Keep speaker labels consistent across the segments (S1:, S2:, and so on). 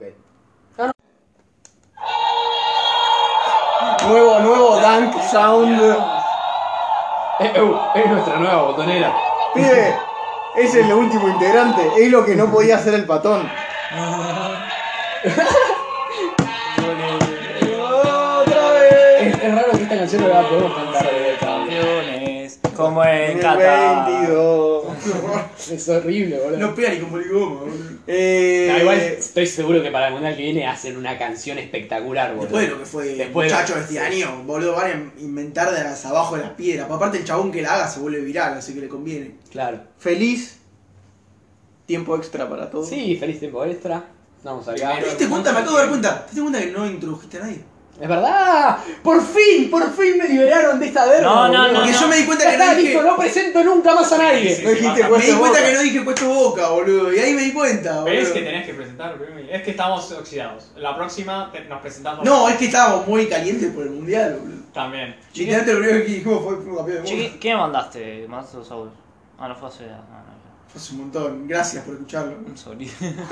S1: Eh,
S2: Nuevo, nuevo Dank Sound.
S1: Eh, uh, es nuestra nueva botonera.
S2: Pibe, es el último integrante. Es lo que no podía hacer el patón. ¡Otra vez!
S1: Es, es raro que esta canción no la podemos cantar de vuelta.
S3: Campeones, como en Qatar.
S2: 22.
S1: Es horrible, boludo.
S4: No pega ni con poligoma, boludo.
S2: Eh,
S1: No, igual estoy seguro que para el mundial que viene hacen una canción espectacular, boludo.
S4: Después de lo que fue el
S1: Después de-
S4: muchacho este año, boludo, van a inventar de las abajo de las piedras. Aparte el chabón que la haga se vuelve viral, así que le conviene.
S1: Claro.
S2: Feliz tiempo extra para todos.
S1: Sí, feliz tiempo extra. Vamos acá.
S4: ¿Te diste cuenta? Me acabo de dar cuenta. ¿Te diste cuenta que no introdujiste a nadie?
S1: ¡Es verdad! ¡Por fin! ¡Por fin me liberaron de esta verga!
S3: No, no,
S1: boludo!
S4: Porque
S3: no.
S4: yo me di cuenta
S1: Ya
S4: que no
S1: está,
S4: dije.
S1: listo, no presento nunca más a nadie.
S2: No dijiste
S5: Me
S4: Me
S2: cuesta
S4: di cuenta
S2: boca.
S4: que no dije puesto boca, boludo. Y ahí me di cuenta, boludo.
S5: Pero es que tenés que presentar, Rumi. es que estamos oxidados. La próxima te- nos presentamos
S4: No, es que estábamos muy calientes por el mundial, boludo.
S5: también.
S4: Literalmente lo primero que dijimos fue fuimos campeón del mundo.
S3: Chiqui, ¿Qué me mandaste, Master Saúl? Ah, no fue hace. Ah, no,
S4: Es un montón. Gracias por escucharlo.
S3: no, sorry.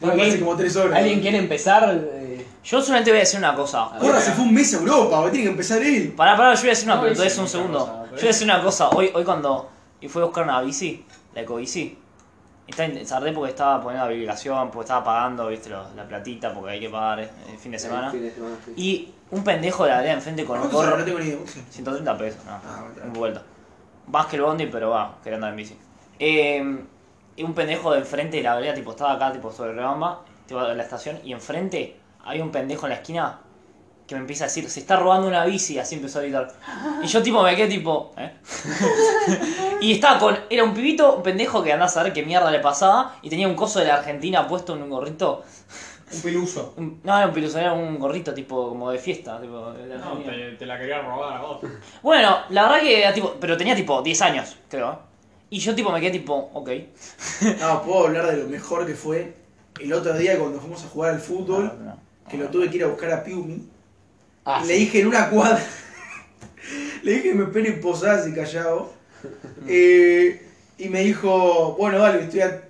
S4: Fue hace como tres horas.
S1: ¿Alguien quiere empezar? Eh,
S3: Yo solamente voy a decir una cosa.
S4: Porra, se fue un mes a Europa, boludo. Tiene que empezar él.
S3: Pará, pará, yo voy a decir una
S5: No
S3: cosa,
S5: hice
S3: un
S5: mucha
S3: segundo.
S5: cosa,
S3: yo
S5: pero-
S3: voy a decir una cosa, hoy, hoy cuando y fui a buscar una bici, la ecobici, estaba in- tardé porque estaba poniendo la habilitación, porque estaba pagando, viste, lo- la platita, porque hay que pagar eh, el fin de semana.
S1: fin de semana, sí.
S3: Y un pendejo de la vereda enfrente con un
S4: ¿Cuánto sale?
S3: gorro.
S4: No tengo ni idea. ¿Cuánto sale?
S3: 130 pesos, no,
S4: Ah, bueno,
S3: un vuelto. Más que el bondi, pero va, quería andar en bici. Eh, y un pendejo de enfrente de la vereda, tipo, estaba acá, tipo, sobre Rebamba, tipo, de la estación, y enfrente había un pendejo en la esquina que me empieza a decir, se está robando una bici, así empezó a gritar. Y yo, tipo, me quedé, tipo, ¿eh? y estaba con, era un pibito, un pendejo que andaba a saber qué mierda le pasaba, y tenía un coso de la Argentina puesto en un gorrito.
S4: Un peluso.
S3: Un- no, era un piluso, era un gorrito, tipo, como de fiesta, tipo, de la
S5: No,
S3: Argentina.
S5: te, te la quería robar a vos.
S3: Bueno, la verdad que era tipo. Pero tenía tipo 10 años, creo. ¿eh? Y yo tipo me quedé tipo, ok.
S4: No, puedo hablar de lo mejor que fue el otro día cuando fuimos a jugar al fútbol. Que lo tuve que ir a buscar a Piumi.
S1: ah,
S4: le
S1: sí.
S4: dije en una cuadra. le dije que me espere en Posadas y Callao. Eh, y me dijo, bueno, dale, estoy a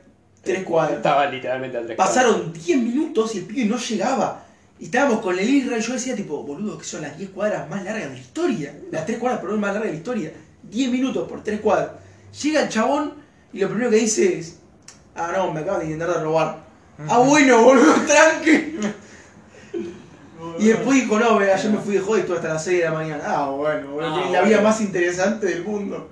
S4: tres cuadras.
S1: Estaba literalmente al tres
S4: Pasaron 10 minutos y el pibe no llegaba. Y estábamos con el Israel. Yo decía, tipo, boludo, que son las 10 cuadras más largas de la historia. Las 3 cuadras, perdón, más largas de la historia. 10 minutos por 3 cuadras. Llega el chabón y lo primero que dice es: Ah, no, me acaban de intentar de robar. Ah, bueno, boludo, tranqui. Y después dijo: No, ve, ayer me fui de joda y estuve hasta las 6 de la mañana. Ah, bueno, boludo,
S5: Ah,
S4: tiene la
S5: bueno.
S4: vida más interesante del mundo.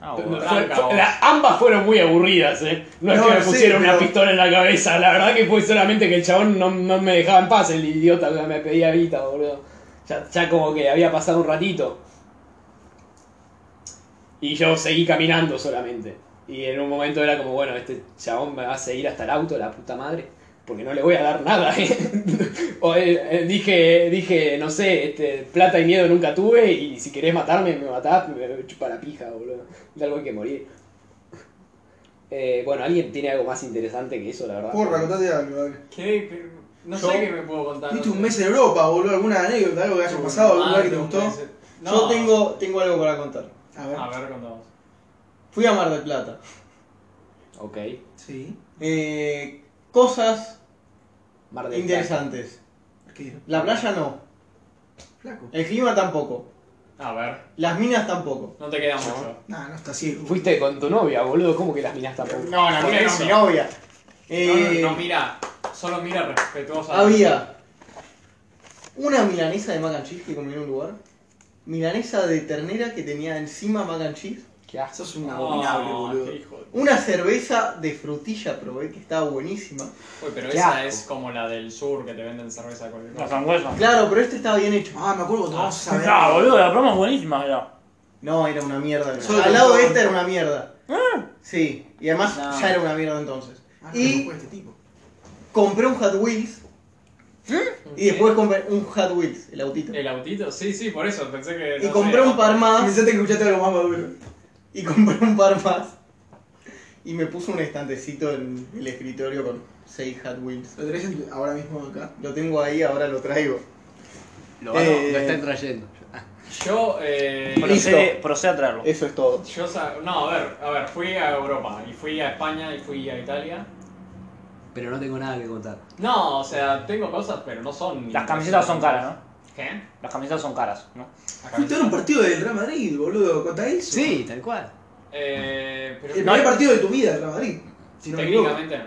S3: Ah,
S1: Fue-
S3: bueno.
S1: fue-
S5: Arranca vos.
S1: la- ambas fueron muy aburridas, ¿eh? No es
S4: No,
S1: que me
S4: sí,
S1: pusieron una
S4: pero-
S1: pistola en la cabeza, la verdad que fue solamente que el chabón no, no me dejaba en paz, el idiota que me pedía vita, boludo. Ya, ya como que había pasado un ratito. Y yo seguí caminando solamente. Y en un momento era como, bueno, este chabón me va a seguir hasta el auto, la puta madre. Porque no le voy a dar nada, ¿eh? O, eh, eh, dije, dije, no sé, este, plata y miedo nunca tuve. Y si querés matarme, me matás, me chupa la pija, boludo. De algo hay que morir. Eh, bueno, ¿alguien tiene algo más interesante que eso, la verdad?
S4: Porra, contate algo, dale.
S5: ¿Qué? qué- No
S4: Yo-
S5: sé qué me puedo contar.
S4: ¿Viste
S5: no
S4: un
S5: sé.
S4: mes en Europa, boludo? ¿Alguna anécdota, algo que haya pasado, algún lugar que te
S5: Ah,
S4: gustó?
S5: un mes. No.
S6: Yo tengo, tengo algo para contar.
S4: A ver.
S5: A ver, contamos.
S6: Fui a Mar del Plata.
S1: Ok.
S4: Sí.
S6: Eh, cosas
S1: Mar del
S6: interesantes.
S4: Arquero.
S6: La playa no.
S4: Flaco.
S6: El clima tampoco.
S5: A ver,
S6: Las minas tampoco.
S5: no te queda mucho.
S4: Nah, no está
S1: Plata.
S4: ciego.
S1: Fuiste con tu novia, boludo. ¿Cómo que las minas tampoco?
S6: No, la
S5: la mina
S6: mina
S5: no,
S6: es mi
S5: no.
S6: novia. Eh,
S5: No, no, no mira, solo mira respetuosa.
S6: había una milanesa de mac and cheese que comí en un lugar. Milanesa de ternera que tenía encima mac and cheese.
S1: Qué asco.
S4: Sos un
S5: No,
S4: abominable, boludo.
S5: hijo de-
S6: Una cerveza de frutilla probé que estaba buenísima.
S5: Uy, pero
S1: Qué
S5: esa
S1: asco.
S5: es como la del sur que te venden cerveza con
S3: La sangüesa.
S6: Claro, pero esta estaba bien hecha.
S4: Ah, me acuerdo cuando vamos a ver.
S3: Ah, boludo, la promo es buenísima, mira.
S6: No, era una mierda.
S4: Solo
S6: Al lado
S4: con-
S6: de esta era una mierda. Sí, y además
S3: No.
S6: ya era una mierda entonces.
S4: Ah, no, no
S6: Y
S4: fue este tipo.
S6: compré un Hot Wheels y después compré un Hot Wheels, el autito.
S5: ¿El autito? Sí, sí, por eso pensé que.
S6: Y
S5: no
S6: compré
S5: sé,
S6: un par más
S4: Pensaste Ah, que escuchaste algo más maduro.
S6: y compré un par más. Y me puse un estantecito en el escritorio con seis Hot Wheels.
S4: ¿Lo tenés en tu- ahora mismo acá?
S6: Lo tengo ahí, ahora lo traigo.
S1: Lo,
S6: Eh,
S1: lo están trayendo.
S5: Yo, eh.
S3: Procede, procede a traerlo.
S2: Eso es todo.
S5: Yo, sa- no, a ver, a ver, fui a Europa y fui a España y fui a Italia.
S1: pero no tengo nada que contar.
S5: No, o sea, tengo cosas, pero no son.
S3: Las camisetas son caras, ¿no?
S5: ¿Qué?
S3: Las camisetas son caras, ¿no?
S5: Las
S4: Fuiste a
S5: camisetas-
S4: ver un partido del Real Madrid, boludo, contá eso.
S1: Sí, tal cual.
S5: Eh, pero
S4: El primer partido de tu vida del Real Madrid. Si no me equivoco.
S5: técnicamente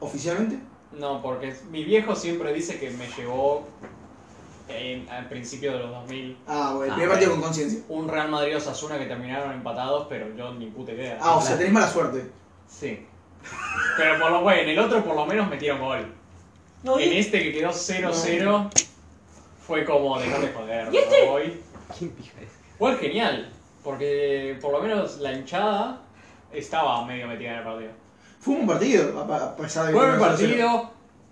S5: no.
S4: Oficialmente.
S5: No, porque mi viejo siempre dice que me llevó en- al principio de los 2000
S4: Ah, bueno, el
S1: Ah,
S4: primer partido con conciencia.
S5: un Real Madrid Osasuna que terminaron empatados, pero yo ni puta idea.
S4: Ah, o sea, tenés mala suerte.
S5: Sí. Pero por lo bueno, en el otro por lo menos metieron gol.
S3: No,
S5: En
S3: y-
S5: este que quedó 0-0 fue como dejate de joder.
S3: ¿Y este?
S5: me voy.
S1: ¿Quién pija es?
S5: Fue genial, porque por lo menos la hinchada estaba medio metida en el partido.
S4: Fue un buen partido, a, pa- a pesar de que
S5: Fue un
S4: no era 0-0.
S5: partido.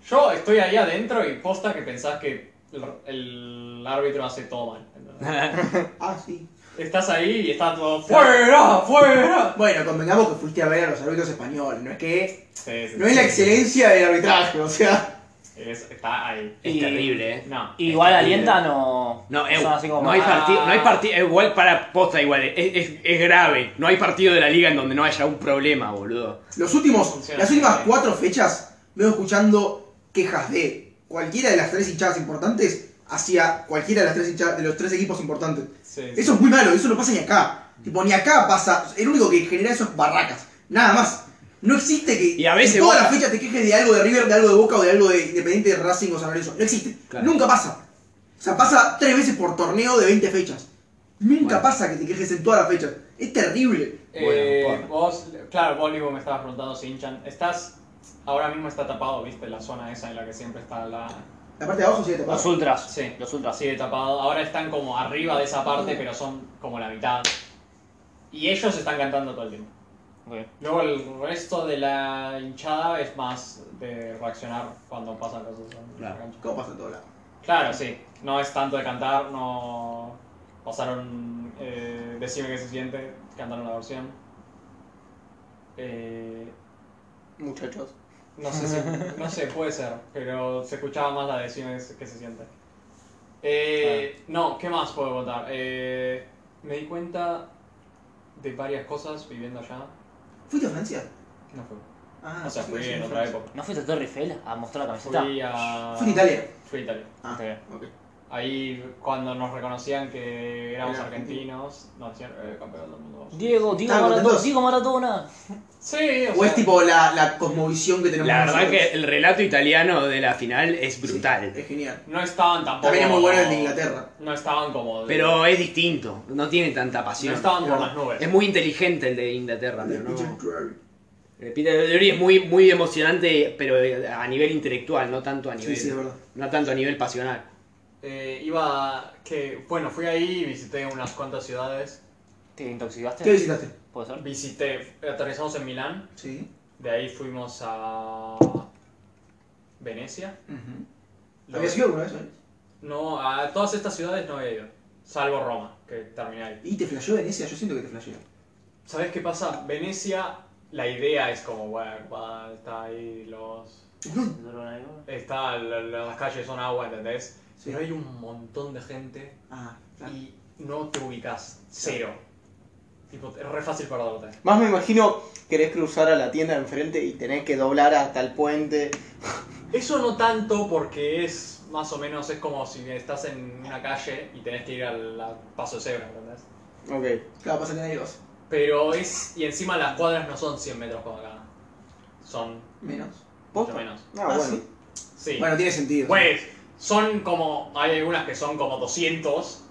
S5: Yo estoy ahí adentro y posta que pensás que el, el árbitro hace todo mal. ¿entendés?
S4: Ah, sí.
S5: Estás ahí y está todo fuera, fuera.
S4: Bueno, convengamos que fuiste a ver a los árbitros españoles, no es que
S5: Sí, sí,
S4: no es la
S5: sí.
S4: excelencia del arbitraje, o sea,
S5: Es- está ahí.
S1: Es
S3: Y-
S1: terrible, eh.
S5: No.
S3: Igual
S1: Está
S3: alientan o.
S1: No,
S3: son
S1: eu,
S3: así como-
S1: no hay
S5: ah.
S1: partido, no hay partido, eh, igual para posta igual, eh, es, es- es grave, no hay partido de la liga en donde no haya un problema, boludo.
S4: los últimos,
S5: Funciona.
S4: las últimas cuatro fechas vengo escuchando quejas de cualquiera de las tres hinchadas importantes hacia cualquiera de las tres hinchadas, de los tres equipos importantes.
S5: Sí, sí.
S4: Eso es muy malo, eso no pasa ni acá. Tipo, ni acá pasa, el único que genera eso es barracas, nada más. No existe que
S1: Y a veces
S4: en todas
S1: Boca-
S4: las fechas te quejes de algo de River, de algo de Boca o de algo de Independiente de Racing o San Lorenzo. No existe.
S1: Claro.
S4: Nunca pasa. O sea, pasa tres veces por torneo de 20 fechas. Nunca
S1: Bueno.
S4: pasa que te quejes en todas las fechas. Es terrible.
S5: Eh,
S1: Bueno,
S5: vos, claro, vos Livo, me estabas preguntando si hinchan. Estás. Ahora mismo está tapado, viste, la zona esa en la que siempre está la.
S4: La parte de abajo sigue tapada.
S3: Los ultras.
S5: Sí.
S3: Los ultras, sí.
S5: Sigue tapado. Ahora están como arriba de esa parte, pero son como la mitad. Y ellos están cantando todo el tiempo.
S3: Ok.
S5: Luego el resto de la hinchada es más de reaccionar cuando pasan cosas en la
S1: Claro.
S5: cancha.
S4: ¿Cómo pasa en todo lado?
S5: Claro, sí. No es tanto de cantar, no pasaron eh, Decime qué se siente, cantaron la versión. Eh,
S6: muchachos.
S5: no sé si, no sé, puede ser, pero se escuchaba más la de Decime qué se siente. Eh, No, ¿qué más puedo contar? Eh, me di cuenta de varias cosas viviendo allá.
S4: ¿Fuiste a Francia?
S5: No fue.
S4: Ah,
S5: O sea,
S4: sí,
S5: fui
S4: sí,
S5: en
S4: sí,
S5: otra
S4: Francia.
S5: época.
S3: ¿No fuiste a Torre Eiffel a mostrar la camiseta?
S5: Fui a.
S4: Fuiste a Italia.
S5: Fui a Italia.
S4: Ah,
S3: Sí.
S4: ok.
S5: Ahí cuando nos reconocían que éramos
S4: Era Mm.
S5: argentinos, nos decían eh, campeón del mundo.
S3: Diego, Diego
S4: Estaban
S3: Maradona.
S4: contentos.
S3: Diego ah. Maradona.
S5: Sí, o,
S4: O
S5: sea,
S4: es tipo la, la cosmovisión que tenemos.
S1: La verdad
S4: nosotros.
S1: que el relato italiano de la final es brutal,
S4: Es genial.
S5: No estaban tampoco.
S4: También es muy bueno el de Inglaterra.
S5: No estaban como. de-
S1: pero es distinto, no tiene tanta
S5: No
S1: pasión.
S5: estaban por
S4: Claro.
S5: las nubes.
S1: Es muy inteligente el de Inglaterra, pero no.
S4: Sí,
S1: Eh, Peter Lorre es muy, muy emocionante, pero eh, a nivel intelectual, no tanto a nivel,
S4: sí, es verdad.
S1: no tanto a nivel pasional.
S5: Eh, iba. que Bueno, fui ahí y visité unas cuantas ciudades.
S3: ¿Te intoxicaste?
S4: ¿Qué visitaste?
S3: ¿Puede ser?
S5: Visité. Aterrizamos en Milán.
S4: Sí.
S5: De ahí fuimos a. Venecia.
S4: ¿Habías ido alguna vez? eh?
S5: No, a todas estas ciudades no he ido. Salvo Roma, que terminé ahí.
S4: Y te flasheó Venecia, yo siento que te flasheó.
S5: ¿Sabes qué pasa? Venecia, la idea es como, bueno, va, está ahí los... Está, la- la- las calles son agua, ¿entendés?
S4: Sí.
S5: Pero hay un montón de gente
S4: Ah, claro.
S5: y no te ubicas. Cero. Tipo, es re fácil perderte.
S6: Más me imagino querés cruzar a la tienda de enfrente y tenés que doblar hasta el puente.
S5: Eso no tanto porque es más o menos, es como si estás en una calle y tenés que ir al al paso de cebra, ¿entendés?
S6: Ok.
S4: Claro, pasa que nadie vas.
S5: Pero es... Y encima las cuadras no son 100 metros como acá. Son
S4: Menos.
S5: mucho menos.
S6: Ah,
S4: Ah,
S6: bueno.
S4: sí.
S5: Sí.
S4: Bueno, tiene sentido.
S5: Pues son como. Hay algunas que son como 200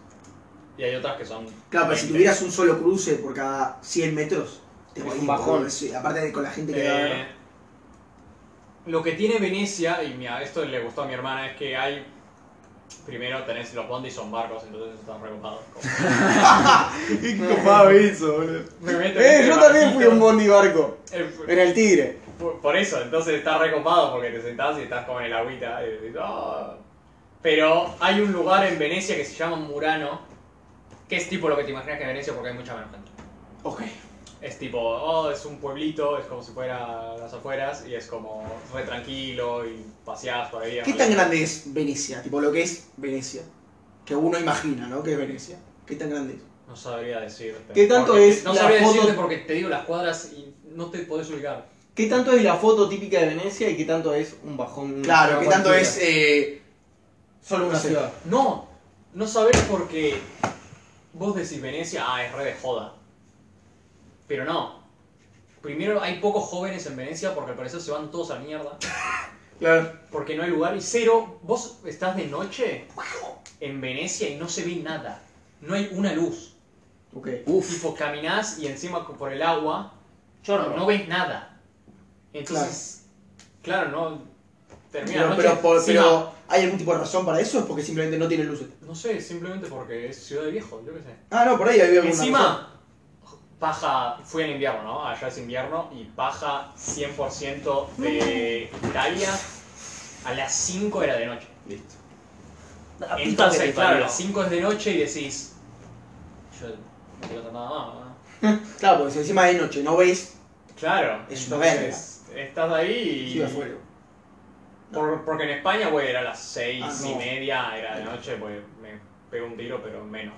S5: y hay otras que son.
S4: Claro, pero si
S5: 20.
S4: tuvieras un solo cruce por cada 100 metros, te
S3: Es
S4: voy a
S3: un
S4: ir,
S3: bajón.
S4: boludo, sí, Aparte de con la gente que
S5: Eh,
S4: da.
S5: lo que tiene Venecia, y mira, esto le gustó a mi hermana, es que hay. Primero tenés los bondis son barcos, entonces están recopados.
S6: Qué
S4: Eh.
S6: copado eso, boludo. Eh,
S5: eh,
S6: yo también fui a un bondi barco. En el Tigre.
S5: Por, por eso, entonces está recopado porque te sentás y estás como en el agüita. y decís, "Ah". Pero hay un lugar en Venecia que se llama Murano, que es tipo lo que te imaginas que es Venecia porque hay mucha menos gente.
S4: Ok.
S5: Es tipo, oh, es un pueblito, es como si fuera las afueras y es como re tranquilo y paseás por ahí.
S4: ¿Qué tan grande es Venecia? Tipo lo que es Venecia. Que uno imagina, ¿no? Que es Venecia. ¿Qué tan grande es?
S5: No sabría decirte.
S6: ¿Qué tanto
S5: Porque-
S6: es
S5: No
S6: la
S5: sabría
S6: foto-
S5: decirte porque te digo las cuadras y no te podés ubicar.
S6: ¿Qué ¿Qué tanto es la foto típica de Venecia y qué tanto es un bajón? una
S4: Claro,
S6: zona
S4: que tanto
S6: cualquiera?
S4: es. eh,
S6: Solo una
S4: no sé.
S6: ciudad.
S5: No, no sabés porque vos decís Venecia, ah, es re de joda. Pero no. Primero, hay pocos jóvenes en Venecia porque al parecer se van todos a la mierda.
S4: Claro.
S5: Porque no hay lugar. Y cero, vos estás de noche en Venecia y no se ve nada. No hay una luz.
S6: Ok.
S5: Tipo, caminás y encima por el agua
S3: Chorro.
S5: no ves nada. Entonces, claro, no. Termina
S4: Pero,
S5: la noche.
S4: pero, por-
S5: encima-
S4: pero, ¿hay algún tipo de razón para eso? ¿Es porque simplemente no tiene luces?
S5: No sé, simplemente porque es ciudad de viejo, yo qué sé.
S4: Ah, no, por ahí había alguna razón.
S5: Encima, paja, fui en invierno, ¿no? Allá es invierno y paja 100% de Italia a las 5 era de noche.
S7: Listo.
S3: La puta que te
S5: Entonces, claro, a
S3: parió.
S5: las 5 es de noche y decís, yo no quiero hacer nada más, ¿no?
S4: Claro, porque si encima de noche no ves,
S5: Claro,
S4: Es una
S5: entonces estás ahí y...
S4: sí, afuera.
S5: Por- porque en España, güey, era a las 6
S4: Ah,
S5: y
S4: no.
S5: media, era de noche, pues me pegó un tiro, pero menos.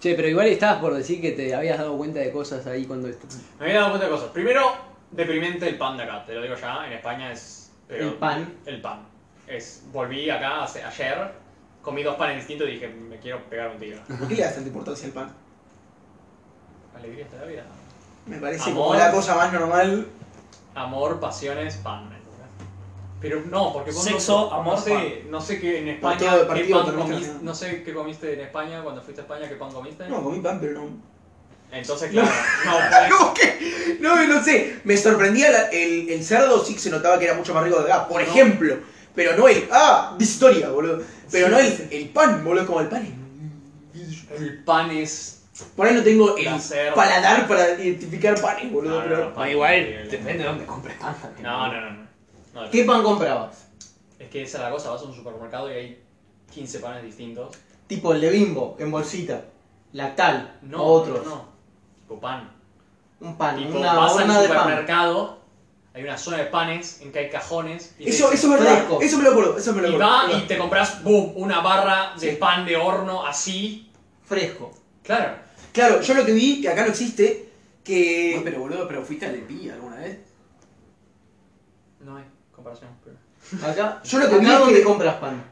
S8: Che, pero igual estabas por decir que te habías dado cuenta de cosas ahí cuando... est-
S5: Me había dado cuenta de cosas. Primero, deprimente el pan de acá, te lo digo ya, en España es... pero-
S6: El pan.
S5: El pan. Es, volví acá hace- ayer, comí dos panes distintos y dije, me quiero pegar un tiro.
S4: ¿Por qué le das tanta importancia al pan?
S5: Alegría está la vida.
S4: Me parece
S5: Amor.
S4: como la cosa más normal.
S5: Amor, pasiones, pan. ¿me entendés? Pero no, porque vos no-
S3: Sexo,
S5: no,
S3: amor,
S5: sé, no sé qué en
S4: Por
S5: España,
S4: todo el
S5: qué
S4: partido
S5: pan
S4: terminaste
S5: comiste-
S4: ganando.
S5: no sé qué comiste en España cuando fuiste a España, qué pan comiste.
S4: No, comí pan, pero no.
S5: Entonces,
S4: No.
S5: claro, no,
S4: ¿Cómo que? No, no sé. Me sorprendía la- el, el cerdo, sí que se notaba que era mucho más rico de acá, por
S5: No.
S4: ejemplo. Pero no el. ¡Ah! De historia, boludo. Pero no el, el pan, boludo, como el pan. es-
S5: pues, el pan es...
S4: Por ahí no tengo el
S5: Placer.
S4: paladar para identificar panes, boludo.
S5: No, no,
S4: pero-
S5: no,
S1: Ah,
S5: pan
S7: igual,
S5: increíble.
S7: depende de dónde compres pan.
S5: No, no, no, no. No,
S6: ¿Qué pan comprabas?
S5: Es que esa es la cosa, vas a un supermercado y hay 15 panes distintos.
S6: Tipo el de Bimbo, en bolsita. Lactal.
S5: No,
S6: o otros.
S5: no, no. Tipo pan.
S6: Un pan,
S5: Tipo,
S6: una
S5: vas al
S6: horna de pan.
S5: supermercado, hay una zona de panes en que hay cajones. y
S4: Eso,
S5: te-
S4: eso es verdad.
S6: Fresco.
S4: Eso me lo acuerdo. Eso me lo
S5: Y
S4: acuerdo.
S5: va
S4: Perdón.
S5: y te compras, boom, una barra de
S4: Sí.
S5: pan de horno así.
S6: Fresco.
S5: Claro.
S4: Claro, yo lo que vi, que acá no existe,
S6: Ah,
S4: que.
S7: Pero boludo, pero fuiste al EPI alguna vez.
S5: No hay comparación. pero-
S6: Acá,
S4: Yo lo que vi
S6: acá
S4: es
S6: donde
S4: que-
S6: compras pan.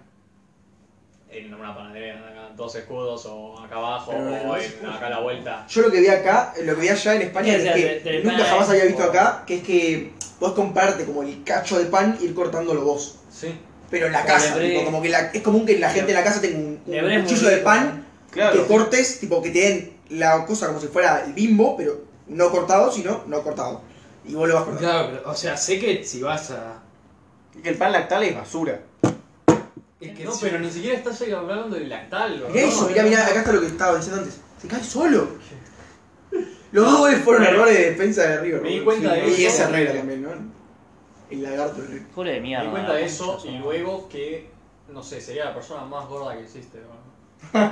S5: En una panadería, acá, dos escudos o acá abajo
S4: Pero no,
S5: o
S4: dos
S5: en,
S4: escudos.
S5: acá a la vuelta.
S4: Yo lo que vi acá, lo que vi allá en España,
S3: ¿Qué
S4: es
S3: sea,
S4: que
S3: de- del
S4: nunca
S3: pan,
S4: jamás había visto
S3: o-
S4: acá, que es que vos comprarte como el cacho de pan e ir cortándolo vos.
S5: Sí.
S4: Pero en la
S3: O
S4: casa,
S3: lebré.
S4: tipo, como que la- es común que la gente en la casa tenga un, un
S3: Lebré es muy
S4: cuchillo de
S3: rico.
S4: pan que cortes, tipo que te den la cosa como si fuera el bimbo, pero no cortado, sino no cortado. Y vos lo vas cortando.
S8: Claro, pero, o sea, sé que si vas a...
S6: Que el pan lactal es basura.
S5: no, pero ni siquiera estás ahí hablando del lactal. bro.
S4: Mirá eso, mirá, mirá, acá está lo que estaba diciendo antes. Se cae solo. Los dos goles fueron errores de defensa de River.
S5: Me di
S4: boludo.
S5: cuenta de
S4: Y
S5: eso.
S4: esa regla también, ¿no? El lagarto de River.
S3: Pobre de
S5: Me
S3: mierda.
S5: di cuenta
S3: la
S5: de
S3: concha
S5: eso
S3: su
S5: y
S3: madre.
S5: luego que, no sé, sería la persona más gorda que existe. ¿no?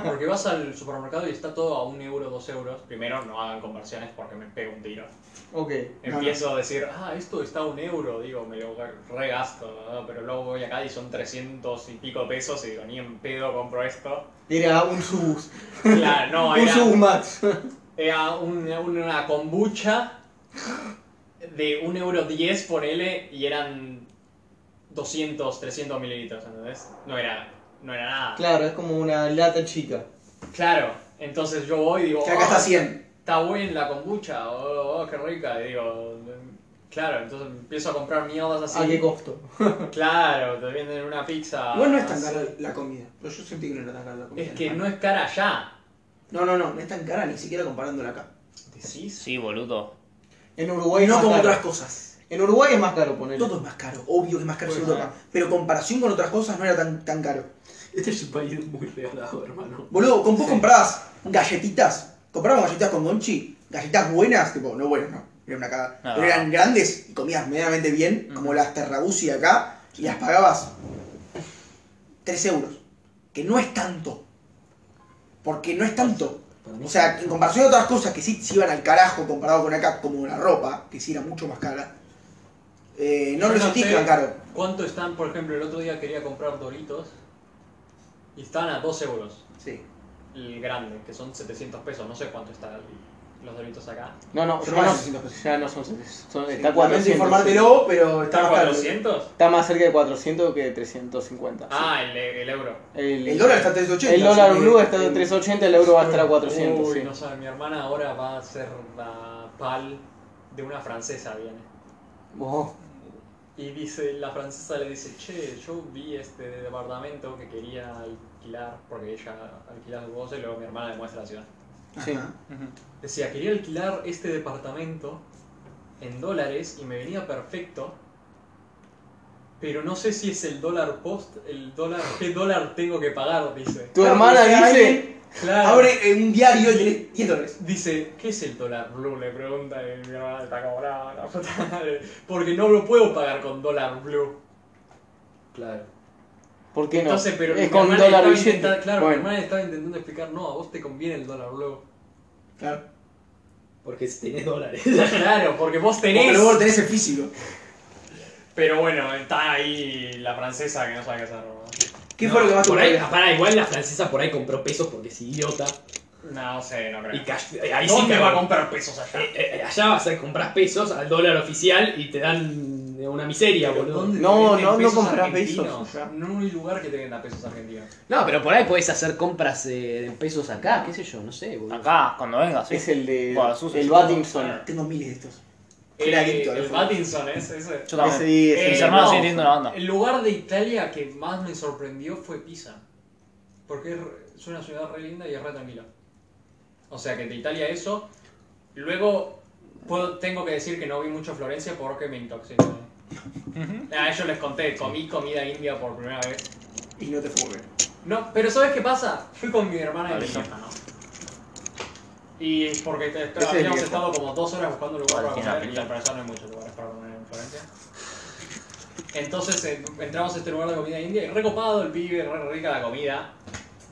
S5: Porque vas al supermercado y está todo a un euro, dos euros. Primero, no hagan conversiones porque me pego un tiro.
S6: Ok.
S4: No,
S5: Empiezo a decir, ah, esto está a un euro, digo, me lo regasto, ¿no? pero luego voy acá y son 300 y pico pesos y digo, ni en pedo compro esto.
S6: Era un subus.
S5: Claro, no,
S6: un
S5: era,
S6: subus max.
S5: era un- una kombucha de un euro 10, ponele, y eran 200, 300 mililitros, ¿entendés? No era, no era nada.
S6: claro, es como una lata chica.
S5: Claro, entonces yo voy y digo,
S4: Que acá está
S5: "Ah,
S4: 100.
S5: está buena la kombucha, oh, oh, qué rica, y digo, claro, entonces empiezo a comprar mierdas así.
S4: Ah,
S6: ¿A qué costo?
S5: Claro, te venden una pizza.
S4: Igual no es tan
S5: así.
S4: cara la comida. Pero yo sentí que no era tan cara la comida.
S5: Es que no es cara ya.
S4: No, no, no, no es tan cara ni siquiera comparándola acá.
S5: ¿Decís?
S3: Sí, boludo.
S6: En Uruguay es
S4: no
S6: más
S4: como
S6: caro.
S4: otras cosas.
S6: En Uruguay es más caro poner.
S4: Todo es más caro, obvio que es más caro
S5: Pues,
S4: seguro acá. Pero comparación con otras cosas no era tan, tan caro.
S7: Este es un país muy regalado, hermano.
S4: Boludo, con vos comprabas galletitas. Comprabas galletitas con Gonchi, galletitas buenas, tipo, no buenas, no. Era una cagada.
S3: No.
S4: Pero eran grandes y comías medianamente bien, como
S3: Ujú.
S4: las Terrabuzzi de acá, y las pagabas 3 euros. Que no es tanto. Porque no es tanto. O sea, en comparación a otras cosas que sí se iban al carajo comparado con acá, como la ropa, que sí era mucho más cara, eh, no
S5: Yo
S4: lo
S5: no
S4: sentís
S5: sé.
S4: tan caro.
S5: ¿Cuánto están, por ejemplo, el otro día quería comprar doritos y estaban a 2 euros
S4: Sí.
S5: el grande, que son 700 pesos, no sé cuánto está el los doritos acá.
S6: No, no,
S4: Son
S6: ya
S4: más
S6: no,
S4: de 600 pesos.
S6: ya no son 600. Son, está,
S4: Lamento
S6: 400.
S4: informártelo, pero está
S5: ¿Están
S4: más caro.
S5: 400?
S6: está más cerca de 400 que de 350. sí.
S5: Ah, el, el euro.
S6: el,
S4: El dólar está a 380.
S6: el dólar
S4: así que-
S6: blue está de 380, el euro va a estar a 400.
S5: Uy,
S6: sí.
S5: no sabe, mi hermana ahora va a ser la pal de una francesa, viene.
S6: Oh,
S5: Y dice, la francesa le dice, che, yo vi este departamento que quería alquilar, porque ella alquila su voz y luego mi hermana le muestra la ciudad.
S6: sí.
S5: Decía, quería alquilar este departamento en dólares y me venía perfecto. Pero no sé si es el dólar post, el dólar, qué dólar tengo que pagar, dice.
S6: Tu
S4: Claro,
S6: hermana
S4: o sea,
S6: dice.
S4: alguien
S5: Claro.
S4: Abre eh, un diario y tiene 10 dólares.
S5: Dice, ¿qué es el dólar blue? Le pregunta y mi hermana está como brava, la puta madre. Porque no lo puedo pagar con dólar blue.
S8: Claro.
S6: ¿Por qué no?
S5: Entonces, pero mi
S6: es con
S5: hermana
S6: dólar
S5: estaba
S6: billete.
S5: intenta- Claro, mi
S6: Bueno,
S5: hermana estaba intentando explicar, no, a vos te conviene el dólar blue.
S4: Claro.
S8: Porque tenés dólares.
S5: claro, porque vos
S4: Porque
S5: tenés.
S4: luego tenés el físico.
S5: Pero bueno, está ahí la francesa que no sabe qué hacer.
S4: ¿Qué fue lo que más te
S8: Por ahí,
S4: gustó?
S8: para, igual la francesa por ahí compró pesos porque es idiota.
S5: No, no sé, no
S8: Y
S5: creo.
S8: cash- ahí sí
S5: ¿Dónde
S8: que
S5: va a comprar pesos allá?
S8: Eh, eh, allá vas a comprar pesos al dólar oficial y te dan eh, una miseria, boludo.
S6: No, no, no comprás
S5: comprar
S6: pesos allá.
S5: No hay lugar que te venda pesos argentinos.
S7: No, pero por ahí podés hacer compras eh, en pesos acá, qué sé yo, no sé,
S1: Ah,
S7: boludo.
S3: Acá, cuando vengas, sí.
S6: es el de.
S3: Bueno, sus-
S6: el
S3: sus-
S6: Battingson.
S4: Tengo miles de estos. Era
S5: Eh,
S4: cripto,
S5: el
S4: lo fue.
S5: Pattinson es ese.
S3: Yo también.
S6: Sí,
S5: Eh,
S6: es
S3: Mis
S6: el
S3: hermanos
S5: no.
S3: siguen teniendo una banda.
S5: El lugar de Italia que más me sorprendió fue Pisa. Porque es re- es una ciudad re linda y es re tranquila. O sea que de Italia eso. Luego puedo- tengo que decir que no vi mucho Florencia porque me intoxiqué. A ellos les conté, comí comida india por primera vez.
S4: Y no te fue muy bien.
S5: No, pero ¿sabes qué pasa? Fui con mi hermana
S3: Vale,
S5: de Pisa. Y porque te-
S4: es
S5: habíamos
S4: viejo.
S5: estado como dos horas buscando un lugar
S3: Vale,
S5: para
S3: tiene
S5: comer y
S3: pinta.
S5: al parecer no hay muchos lugares para comer en Florencia. Entonces eh, entramos a este lugar de comida india y recopado el pibe, re rica la comida.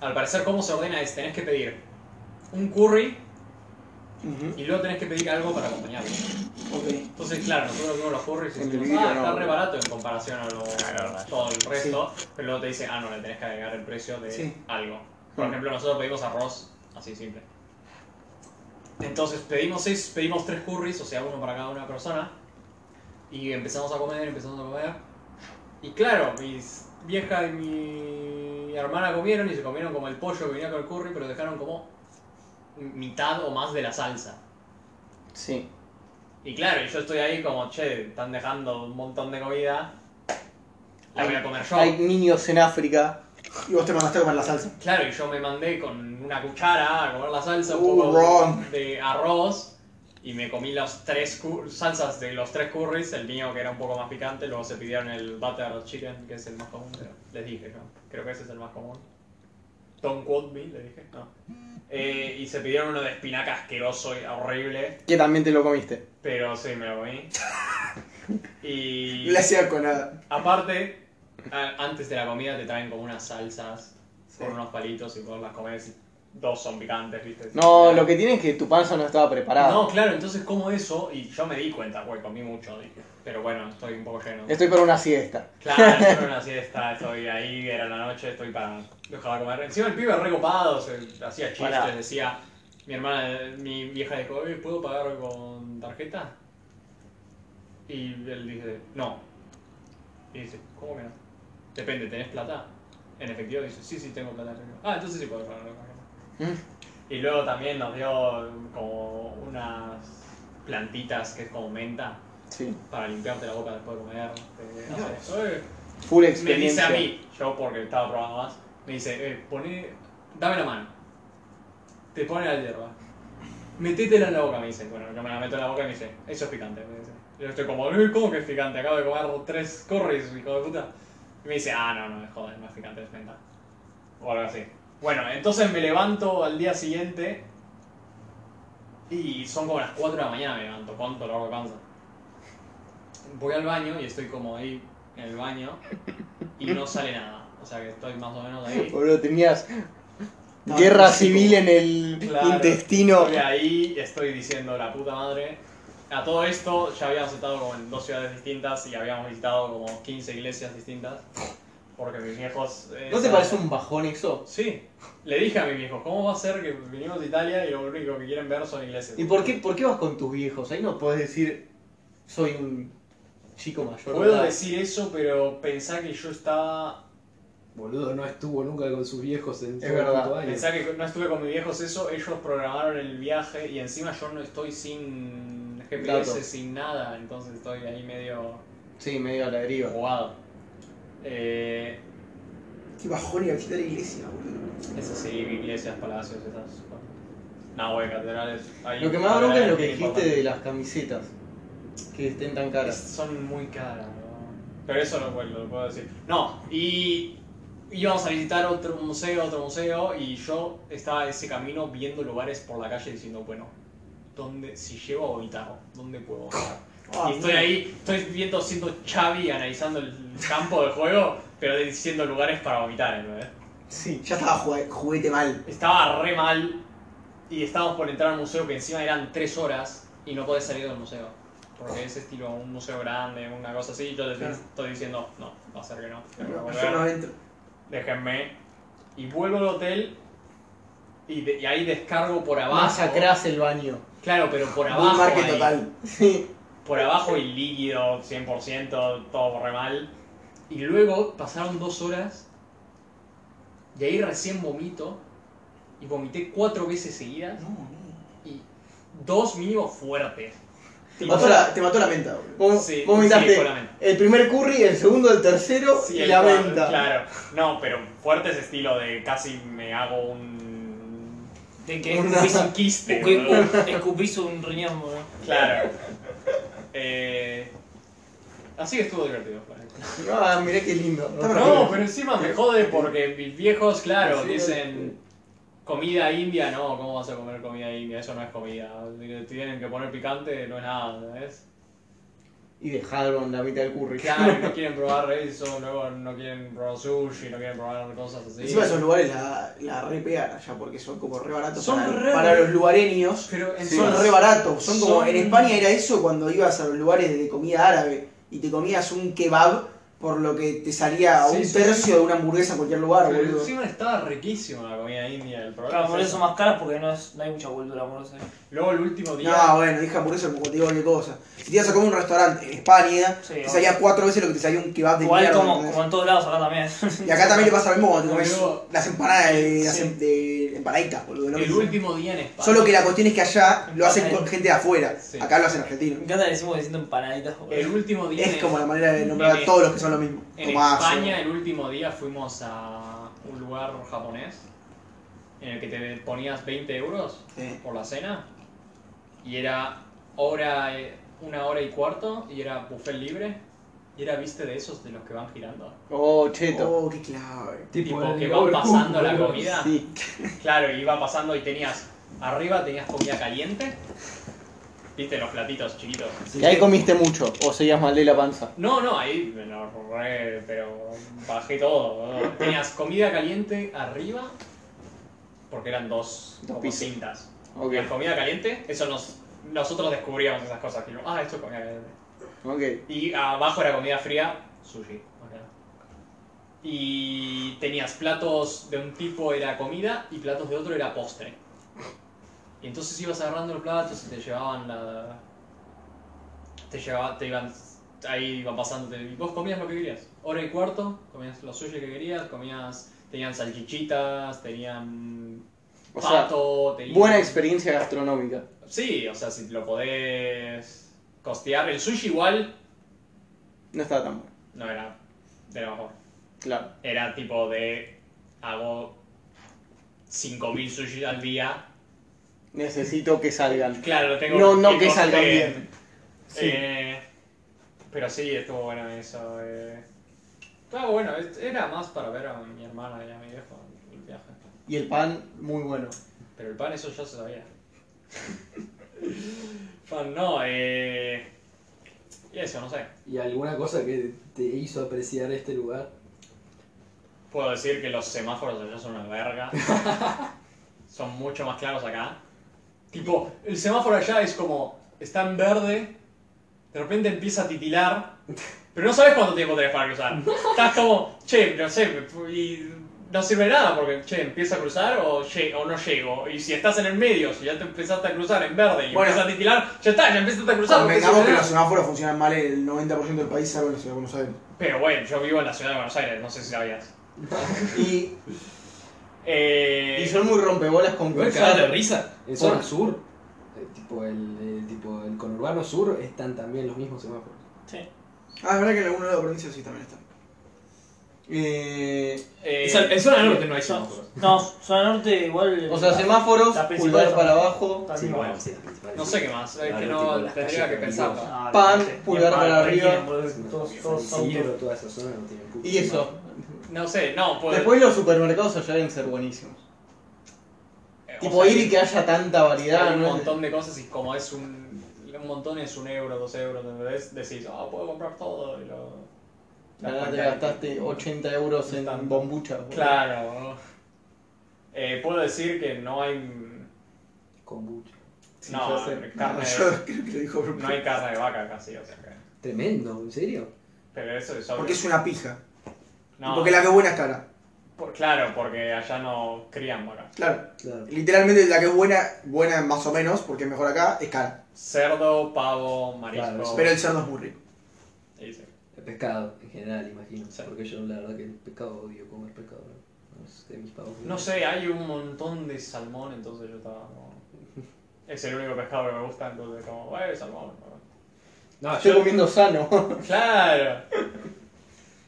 S5: Al parecer, ¿cómo se ordena? Es tenés que pedir un curry y luego tenés que pedir algo para acompañarlo.
S4: Ok.
S5: Entonces, claro, nosotros vimos los curries y
S6: El
S5: dijimos,
S6: video
S5: ah,
S6: no,
S5: está re
S6: boludo".
S5: barato en comparación a lo,
S3: Claro, rayos.
S5: todo el resto, pero luego te dice, ah, no, le tenés que agregar el precio de
S4: Sí.
S5: algo.
S6: Mm.
S5: Por ejemplo, nosotros pedimos arroz, así simple. Entonces pedimos seis, pedimos tres curries, o sea, uno para cada una persona, y empezamos a comer, empezamos a comer. Y claro, mis vieja y mi hermana comieron y se comieron como el pollo que venía con el curry, pero dejaron como mitad o más de la salsa.
S6: Sí.
S5: Y claro, y yo estoy ahí como, che, están dejando un montón de comida. La voy a comer yo.
S6: Hay niños en África.
S4: Y vos te mandaste a comer la salsa.
S5: Claro, y yo me mandé con una cuchara a comer la salsa, un
S4: Uh,
S5: poco
S4: wrong.
S5: de arroz. Y me comí las tres cur- salsas de los tres curries, el mío que era un poco más picante, luego se pidieron el butter chicken, que es el más común, pero les dije yo, creo que ese es el más común. Don't quote me, le dije, no. Eh, y se pidieron uno de espinaca asqueroso y horrible,
S6: Que también te lo comiste.
S5: pero sí, me lo comí. Y...
S4: No le hacía con nada.
S5: Aparte, a- antes de la comida te traen como unas salsas
S4: Sí.
S5: con unos palitos y vos las comes. Dos son picantes, ¿viste?
S6: No, lo que tiene es que tu panza no estaba preparada.
S5: No, claro, entonces como eso y yo me di cuenta, güey, comí mucho. dije, Pero bueno, estoy un poco lleno.
S6: Estoy para una siesta.
S5: Claro, yo era una siesta, estoy ahí, era la noche, estoy para dejar de comer. Encima el pibe recopado, se hacía chistes,
S3: Pará.
S5: decía. Mi hermana, mi vieja dijo, "Eh, ¿puedo pagar con tarjeta? Y él dice, no. Y dice, ¿cómo que no? Depende, ¿tenés plata? En efectivo dice, sí, sí, tengo plata. en efectivo". Ah, entonces sí puedo pagar con tarjeta.
S6: ¿Mm?
S5: Y luego también nos dio como unas plantitas que es como menta
S6: Sí.
S5: para limpiarte la boca después de comer. te- no
S4: Mirá
S5: sé. Eh,
S6: Full
S5: me dice
S6: experiencia.
S5: a mí, yo porque estaba probando más, me dice, eh, poné, dame la mano. Te pone la hierba. Metétela en la boca, me dice. Bueno, yo me la meto en la boca y me dice, eso es picante, me dice. Yo estoy como, "Eh, ¿cómo que es picante? Acabo de comer tres corris, hijo de puta. Y me dice, ah, no, no, es joder, no es picante, es menta. O algo así. Bueno, entonces me levanto al día siguiente y son como las 4 de la mañana me levanto, con dolor de panza. Voy al baño y estoy como ahí en el baño y no sale nada. O sea que estoy más o menos ahí.
S6: Boludo, tenías
S4: No,
S6: guerra
S4: no sé
S6: civil en el
S5: Claro.
S6: intestino.
S5: Estoy ahí y estoy diciendo la puta madre. A todo esto ya habíamos estado como en dos ciudades distintas y habíamos visitado como 15 iglesias distintas. Porque mis viejos. eh,
S6: ¿No te
S5: estaban-
S6: parece un bajón eso?
S5: Sí. Le dije a mis viejos, ¿cómo va a ser que vinimos de Italia y lo único que quieren ver son ingleses?
S6: ¿Y por qué, por qué vas con tus viejos? Ahí no podés decir, soy un chico mayor.
S5: Puedo
S6: ¿verdad?
S5: decir eso, pero pensá que yo estaba.
S1: Boludo, no estuvo nunca con sus viejos en todo
S6: verdad.
S1: cuanto años.
S5: Pensá que no estuve con mis viejos eso, ellos programaron el viaje y encima yo no estoy sin GPS,
S6: Datos.
S5: sin nada, entonces estoy ahí medio
S6: Sí, medio a la deriva.
S5: jugado. Eh,
S4: Qué bajón ir a visitar la iglesia, boludo.
S5: eso sí, iglesias, palacios, esas. No, güey, catedrales. ahí-
S6: Lo que me da bronca es lo que
S5: ahí
S6: dijiste
S5: importa.
S6: de las camisetas. Que estén tan
S5: Es-
S6: caras.
S5: Son muy caras, ¿no? Pero eso lo, puedo- lo puedo decir. No, y íbamos a visitar otro museo, otro museo, y yo estaba ese camino viendo lugares por la calle diciendo, bueno, ¿dónde, si llego a Oitao, ¿dónde puedo bajar? y estoy
S4: Ah,
S5: ahí, estoy viendo, siendo Chavi, analizando el campo de juego, pero diciendo lugares para vomitar, ¿no?
S6: Sí.
S4: Ya estaba jugu- juguete mal.
S5: Estaba re mal, y estábamos por entrar al museo, que encima eran tres horas, y no podés salir del museo. Porque es estilo un museo grande, una cosa así, y yo les
S4: Claro.
S5: estoy diciendo, no, va a ser que no. tengo que
S4: No,
S5: volver"
S4: yo no entro.
S5: déjenme. Y vuelvo al hotel y, de- y ahí descargo por abajo.
S6: Masacrás el baño.
S5: Claro, pero por
S4: Un
S5: abajo.
S4: marque
S5: ahí.
S4: total.
S5: Por abajo y líquido, 100%, todo re mal. Y luego pasaron dos horas y ahí recién vomito. Y vomité cuatro veces seguidas
S4: No, no.
S5: y dos mínimos fuertes.
S4: Te
S5: Y-
S4: mató la, te mató la menta, boludo.
S6: Vos,
S5: Sí,
S6: vos miraste
S5: sí, con la menta.
S6: el primer curry, el segundo, el tercero
S5: Sí,
S6: y
S5: el
S6: la
S5: cuadro,
S6: menta.
S5: Claro, no, pero fuertes estilo de casi me hago un.
S3: De que
S5: Es un quiste. boludo.
S3: escupís, escupís un riñón, boludo.
S5: Claro. Eh, así que estuvo divertido.
S6: Ah, mirá qué lindo.
S5: No, pero encima me jode porque mis viejos, claro,
S1: Sí.
S5: dicen comida india, no, ¿cómo vas a comer comida india? Eso no es comida. Te Tienen que poner picante, no es nada, ¿ves?
S6: Y dejaron la mitad del curry.
S5: Claro, y no quieren probar eso, luego no quieren probar sushi, no quieren probar cosas así.
S4: Encima esos lugares la, la re pegan allá porque son como re baratos
S5: Son
S4: para,
S5: re-
S4: para los lugareños.
S5: Pero en
S4: son
S5: zonas-
S4: re baratos. Son como.
S5: son-
S4: En España era eso cuando ibas a los lugares de comida árabe y te comías un kebab por lo que te salía
S5: Sí,
S4: un
S5: sí,
S4: tercio
S5: sí.
S4: de una hamburguesa en cualquier lugar,
S5: Pero
S4: boludo.
S5: encima estaba riquísima la comida india, el problema.
S3: Claro, por
S5: es
S3: eso
S5: eso.
S3: más caras porque no, es, no hay mucha cultura amorosa.
S5: Luego el último día.
S4: No, bueno, dije hamburguesa como te digo qué cosa. Si te ibas a comer en un restaurante en España,
S3: Sí,
S4: te
S3: obvio.
S4: salía cuatro veces lo que te salía un
S6: Ah,
S4: kebab de
S3: Igual
S4: mierda,
S3: como,
S4: ¿entendés?
S3: como en todos lados acá también.
S4: Y acá también le pasa lo mismo cuando te
S5: No,
S4: comes
S5: luego-
S4: las empanadas de, las
S3: Sí.
S4: em- de empanaditas, boludo. ¿no?
S5: el último día en España.
S4: Solo que la cuestión es que allá lo hacen con
S3: Empanaditas.
S4: gente de afuera.
S5: Sí.
S4: Acá lo hacen
S3: Me
S4: argentinos.
S3: encanta que decimos diciendo empanaditas, boludo.
S5: El último día.
S4: Es
S5: en-
S4: como la manera de nombrar a
S5: en-
S4: todos los que son lo mismo.
S5: En
S4: Tomás, eh,
S5: España el último día fuimos a un lugar japonés en el que te ponías 20 euros
S4: Sí.
S5: por la cena y era hora, eh, una hora y cuarto y era buffet libre y era viste de esos de los que van girando.
S6: Oh, cheto.
S4: Oh, qué clave.
S5: Tipo
S1: el
S5: que van
S1: Overcooked,
S5: pasando la
S1: boludo.
S5: comida.
S6: Sí.
S5: Claro, y iba pasando y tenías arriba tenías comida caliente. Viste los platitos chiquitos.
S6: Y ahí comiste mucho, o seguías mal de la panza.
S5: No, no, ahí me lo re, pero bajé todo. boludo. Tenías comida caliente arriba, porque eran dos,
S6: Dos
S5: como
S6: pisos.
S5: cintas.
S6: Ok,
S5: La comida caliente, eso nos, nosotros descubríamos esas cosas. Tipo, ah, esto es comida caliente.
S6: ok.
S5: Y abajo era comida fría, sushi. más que nada. Y tenías platos de un tipo era comida y platos de otro era postre. Y entonces ibas agarrando los platos y te llevaban la. Te llevaba, te iban. Ahí iban pasándote. Y vos comías lo que querías. Hora y cuarto, comías los sushi que querías, comías. Tenían salchichitas, tenían.
S6: O sea,
S5: pato, tenían.
S6: Buena experiencia gastronómica.
S5: Sí, o sea, si lo podés costear. El sushi igual
S6: No estaba tan buena.
S5: no era de lo mejor.
S6: Claro.
S5: Era tipo de. Hago 5000 sushi al día.
S6: Necesito que salgan.
S5: Claro, lo tengo.
S6: No, no que
S5: costear.
S6: salgan bien. Sí.
S5: Eh, pero sí, estuvo bueno eso. Eh. Estuvo bueno, es- era más para ver a mi hermana y a mi viejo el viaje.
S6: Y el pan, muy bueno.
S5: Pero el pan, eso ya se sabía. pan, no, eh. Y eso, no sé.
S1: ¿Y alguna cosa que te hizo apreciar este lugar?
S5: Puedo decir que los semáforos allá son una verga. son mucho más claros acá. Tipo, el semáforo allá es como, está en verde, de repente empieza a titilar, Pero no sabes cuánto tiempo tenés para cruzar. Estás como, che, no sé, y no sirve de nada porque, che, empieza a cruzar o, lle- o no llego. Y si estás en el medio, si ya te empezaste a cruzar en verde y
S4: Bueno.
S5: empiezas a titilar, ya está, ya empezaste a cruzar. porque
S4: Convengamos
S5: sirve
S4: que
S5: de
S4: los
S5: nada.
S4: semáforos funcionan mal en el 90% del país, salvo en la ciudad de Buenos Aires.
S5: Pero bueno, yo vivo en la ciudad de Buenos Aires, no sé si sabías.
S6: Y,
S5: Eh,
S6: y son muy rompebolas con
S1: Igual cagás de
S6: cruzar.
S1: risa. En zona sur, eh, tipo el, eh, tipo el conurbano sur, están también los mismos semáforos.
S4: Ah, es verdad que en algún lado de la provincia sí también está.
S6: Eh,
S5: eh,
S7: Es al- en zona norte no hay semáforos.
S3: No, zona norte igual.
S6: o sea, semáforos,
S3: La principal
S6: pulgar
S3: zona.
S6: para abajo,
S3: Está
S1: Sí,
S3: bien.
S1: bueno, sí, las principales.
S5: no sé qué más, es
S1: Claro,
S5: que
S1: tipo
S5: no
S1: las
S5: tendría
S1: calles
S5: que pensarlo.
S1: peligrosas.
S3: Ah,
S6: Pan,
S3: no sé.
S6: pulgar
S3: Pan,
S6: para
S3: tranquilo,
S6: arriba.
S3: boludo, todos- todos
S1: San Isidro,
S3: autos.
S1: toda esa zona no tiene puto
S6: y eso.
S1: semáforo.
S5: No sé, no, puedo.
S6: Después los supermercados allá deben ser buenísimos.
S5: eh,
S6: Tipo ir y que haya tanta variedad,
S5: Hay un
S6: ¿no?
S5: montón de cosas y como es un, un montón es un euro, dos euros, ¿entendés? Decís, ah, puedo comprar todo y lo...
S6: La
S5: la
S6: verdad, te
S5: cuenta-
S6: gastaste 80 euros en
S5: Tanto.
S6: bombucha. boludo.
S5: Claro. ¿no? Eh, puedo decir que no hay...
S1: Kombucha.
S6: Sí,
S5: no,
S6: ya sé.
S5: carne,
S4: Yo creo que lo dijo
S5: no hay carne de vaca casi, o sea que...
S1: Tremendo, ¿en serio?
S5: Pero eso es obvio.
S4: Porque es una pija.
S5: No,
S4: Y Porque la que es buena es cara.
S5: por- claro, porque allá no crían vaca.
S4: Claro.
S1: Claro.
S4: Literalmente la que es buena, buena más o menos, porque es mejor acá, es cara.
S5: Cerdo, pavo, marisco...
S1: Claro, eso.
S4: Pero el cerdo es muy rico.
S5: Sí, sí.
S1: El pescado, en general, imagino.
S5: Sí.
S1: Porque yo la verdad que el pescado odio comer pescado. No, No sé, mis pavos.
S5: No sé, hay un montón de salmón, entonces yo estaba como... Es el único pescado que me gusta, entonces como, eh, salmón.
S7: No,
S6: Estoy
S7: yo
S6: comiendo sano.
S5: Claro.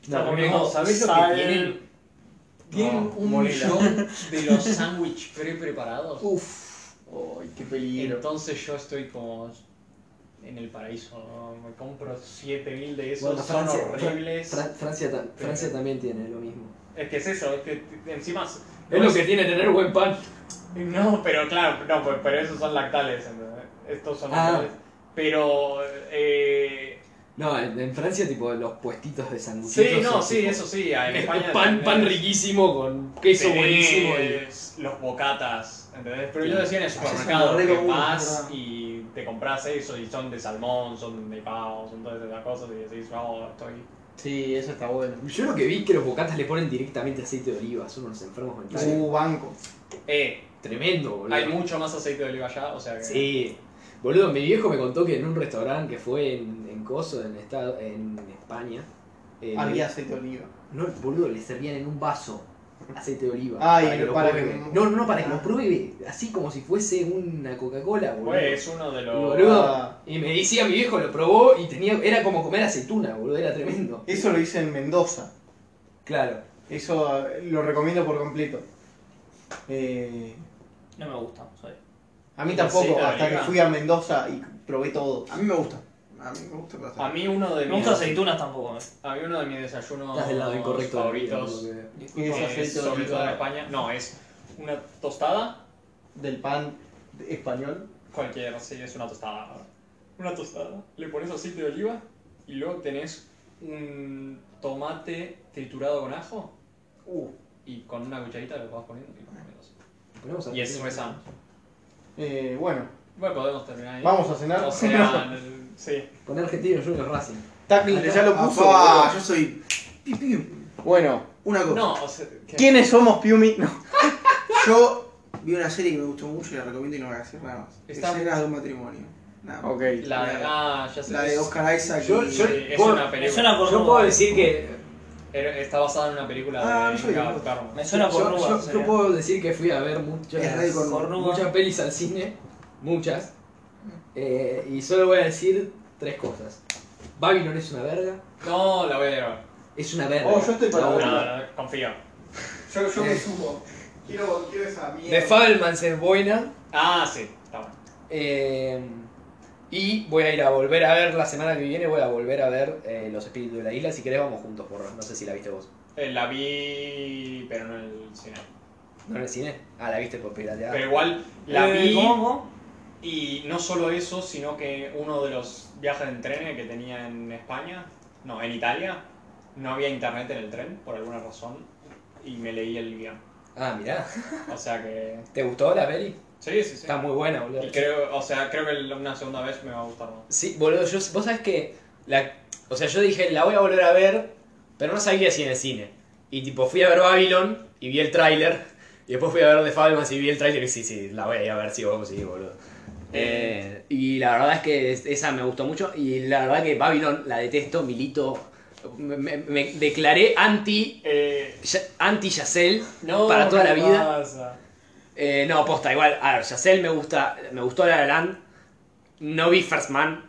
S1: No,
S5: Porque
S1: no,
S5: no, ¿sabés lo que
S3: sal-
S5: tienen? Tienen
S6: No,
S5: un
S6: molela.
S5: millón de los sándwich pre-preparados.
S6: Uff. Ay, qué peligro.
S5: Entonces yo estoy como en el paraíso. ¿no? Me compro 7000 de esos,
S1: Bueno,
S5: son
S1: Francia,
S5: horribles.
S1: Fra- Francia, ta- Francia también tiene lo mismo.
S5: Es que es eso, es que t- encima... es-
S7: es lo que tiene tener buen pan.
S5: No, pero claro, no, pero, pero esos son lactales. ¿entendés? Estos son
S1: Ah.
S5: lactales. Pero... Eh,
S1: No, en, en Francia, tipo, los puestitos de sanguchitos.
S5: sí, no,
S1: son,
S5: sí,
S1: tipo,
S5: eso sí. En
S7: Es
S5: España
S7: pan, pan
S5: tenés-
S7: riquísimo con queso
S5: Tenés
S7: buenísimo. y-
S5: los bocatas, ¿entendés? Pero yo decía en el
S4: es
S5: supermercado
S4: muy
S5: que
S4: rico,
S5: vas
S4: ¿verdad?
S5: y te compras eso y son de salmón, son de pavo, son todas esas cosas y decís, vamos, estoy...
S6: Sí, eso está bueno.
S1: Yo lo que vi es que los bocatas le ponen directamente aceite de oliva, son unos enfermos mentales.
S6: Uh, banco.
S5: Eh,
S1: Tremendo, boludo.
S5: hay mucho más aceite de oliva allá, o sea que...
S1: Sí. Boludo, mi viejo me contó que en un restaurante que fue en, en Coso, en, estado, en España. eh,
S6: Había aceite de oliva.
S1: No, boludo, le servían en un vaso aceite de oliva.
S6: Ay,
S1: lo
S6: para
S1: pruebe.
S6: que-
S1: No, no, no, para que
S6: Ah.
S1: lo pruebe. Así como si fuese una Coca-Cola, boludo.
S5: Güey, es uno de los...
S1: Boludo.
S6: Ah,
S1: Y me decía mi viejo, lo probó y tenía. Era como comer aceituna, boludo, era tremendo.
S6: eso lo hice en Mendoza.
S1: Claro.
S6: Eso ah, lo recomiendo por completo. Eh,
S3: No me gusta, soy.
S6: a mí
S5: ¿El
S6: tampoco,
S5: aceite de
S6: hasta que
S5: oliva?
S6: fui a Mendoza y probé todo.
S4: A mí me gusta. A mí me gusta
S5: A
S4: bastante.
S5: mí uno de
S3: Me gusta
S5: mis...
S3: aceitunas tampoco. eh.
S5: A mí uno de mis desayunos
S1: Estás del lado incorrecto. de la vida,
S5: favoritos,
S1: boludo, que-
S6: Y es
S5: eh,
S6: aceite de
S5: sobre todo en
S6: oliva
S5: España, no, es una tostada,
S6: del pan español.
S5: cualquier, sí, es una tostada. Una tostada, le pones aceite de oliva y luego tenés un tomate triturado con ajo
S6: Uh,
S5: y con una cucharita lo vas poniendo y lo vas poniendo así.
S1: ponemos a-
S5: Y es re sano.
S6: Eh, bueno,
S5: Bueno, podemos terminar ahí.
S6: vamos a cenar.
S5: O sea, el- sí.
S1: Pon argentino, Junior Racing.
S6: Tackle que ya lo puso.
S4: Apá, Ah, yo soy. pi, pi,
S6: boludo. Bueno,
S4: Una cosa.
S5: No, o sea, que-
S6: ¿quiénes somos Piumi? No.
S4: Yo vi una serie que me gustó mucho y la recomiendo y no voy a decir nada más.
S5: Está-
S4: Escenas de un matrimonio. Nada más.
S6: Ok.
S5: la de, ah, ya sé,
S4: La de
S5: es-
S4: Oscar Isaac.
S1: Yo-
S4: y-
S1: yo-
S5: es
S1: puedo-
S5: una
S3: Me
S5: película.
S3: suena por
S1: Yo puedo
S3: Ruba.
S1: decir que.
S5: era- Está basada en una película
S4: Ah,
S5: de
S4: no sabía.
S5: Ingmar Bergman.
S3: Me suena por
S1: yo,
S3: Ruba.
S1: yo- yo
S3: sería.
S1: puedo decir que fui a ver
S4: Es re
S1: muchas,
S4: con-
S3: Cornuda.
S1: muchas pelis al cine, muchas, eh, y solo voy a decir tres cosas. Babylon es una verga,
S5: No, la voy a llevar.
S1: es una verga.
S6: Oh, yo estoy para
S1: No,
S6: verla.
S1: no.
S5: No, no, confío.
S4: Yo, yo me subo. Quiero, quiero esa mierda.
S1: The Fabelmans es buena,
S5: Ah, sí, está bueno.
S1: eh, y voy a ir a volver a ver la semana que viene, voy a volver a ver eh, Los Espíritus de la Isla, si querés vamos juntos, porro, no sé si la viste vos.
S5: Eh, la vi, pero no en el cine.
S1: ¿No en el cine? Ah, la viste por pirateada.
S5: Pero igual la
S3: Eh,
S5: vi
S3: ¿Cómo? cómo?
S5: y no solo eso, sino que uno de los viajes en tren que tenía en España, no, en Italia, no había internet en el tren por alguna razón y me leí el guión.
S1: Ah, mirá,
S5: O sea que.
S1: ¿te gustó la peli?
S5: Sí, sí, sí.
S1: Está muy buena, boludo.
S5: Y creo, o sea, creo que una segunda vez me va a gustar más.
S1: Sí, boludo, yo, vos sabés que la, O sea, yo dije, la voy a volver a ver, pero no sabía si en el cine. Y tipo, fui a ver Babylon y vi el tráiler. Y después fui a ver The Fablemans y vi el tráiler y sí, sí, la voy a ir a ver, sí, vamos, sí, boludo. Eh, y la verdad es que es- esa me gustó mucho. Y la verdad que Babylon la detesto, milito. Me, me- me declaré anti,
S5: Eh,
S1: anti Yacel
S5: no,
S1: para toda
S5: ¿qué
S1: la vida.
S5: pasa?
S1: Eh, no, posta, igual. A ver, Yacel me gusta. Me gustó La La Land. No vi First Man.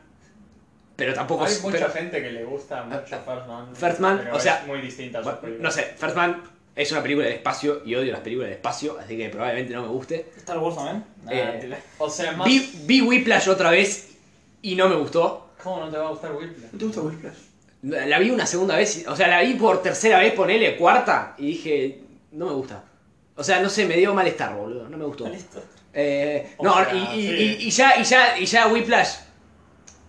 S1: Pero tampoco.
S5: Hay
S1: es-
S5: mucha
S1: pero- Ah,
S5: gente que le gusta mucho First Man.
S1: First Man,
S5: pero
S1: o
S5: es
S1: sea,
S5: muy distinta a sus
S1: bueno,
S5: películas.
S1: no sé, First Man es una película de espacio y odio las películas de espacio, así que probablemente no me guste.
S3: Star Wars también. Nah,
S1: Eh,
S3: mentira.
S5: O sea, más.
S1: Vi, vi Whiplash otra vez y no me gustó.
S5: ¿Cómo no te va a gustar Whiplash?
S4: ¿No te gusta Whiplash?
S1: La vi una segunda vez, y- o sea, la vi por tercera vez, ponele cuarta, y dije, no me gusta. O sea, no sé, me dio malestar, boludo, no me gustó. Eh,
S5: O
S1: no,
S5: sea,
S1: y, y-
S5: sí.
S1: y- y ya, y ya, y ya Whiplash.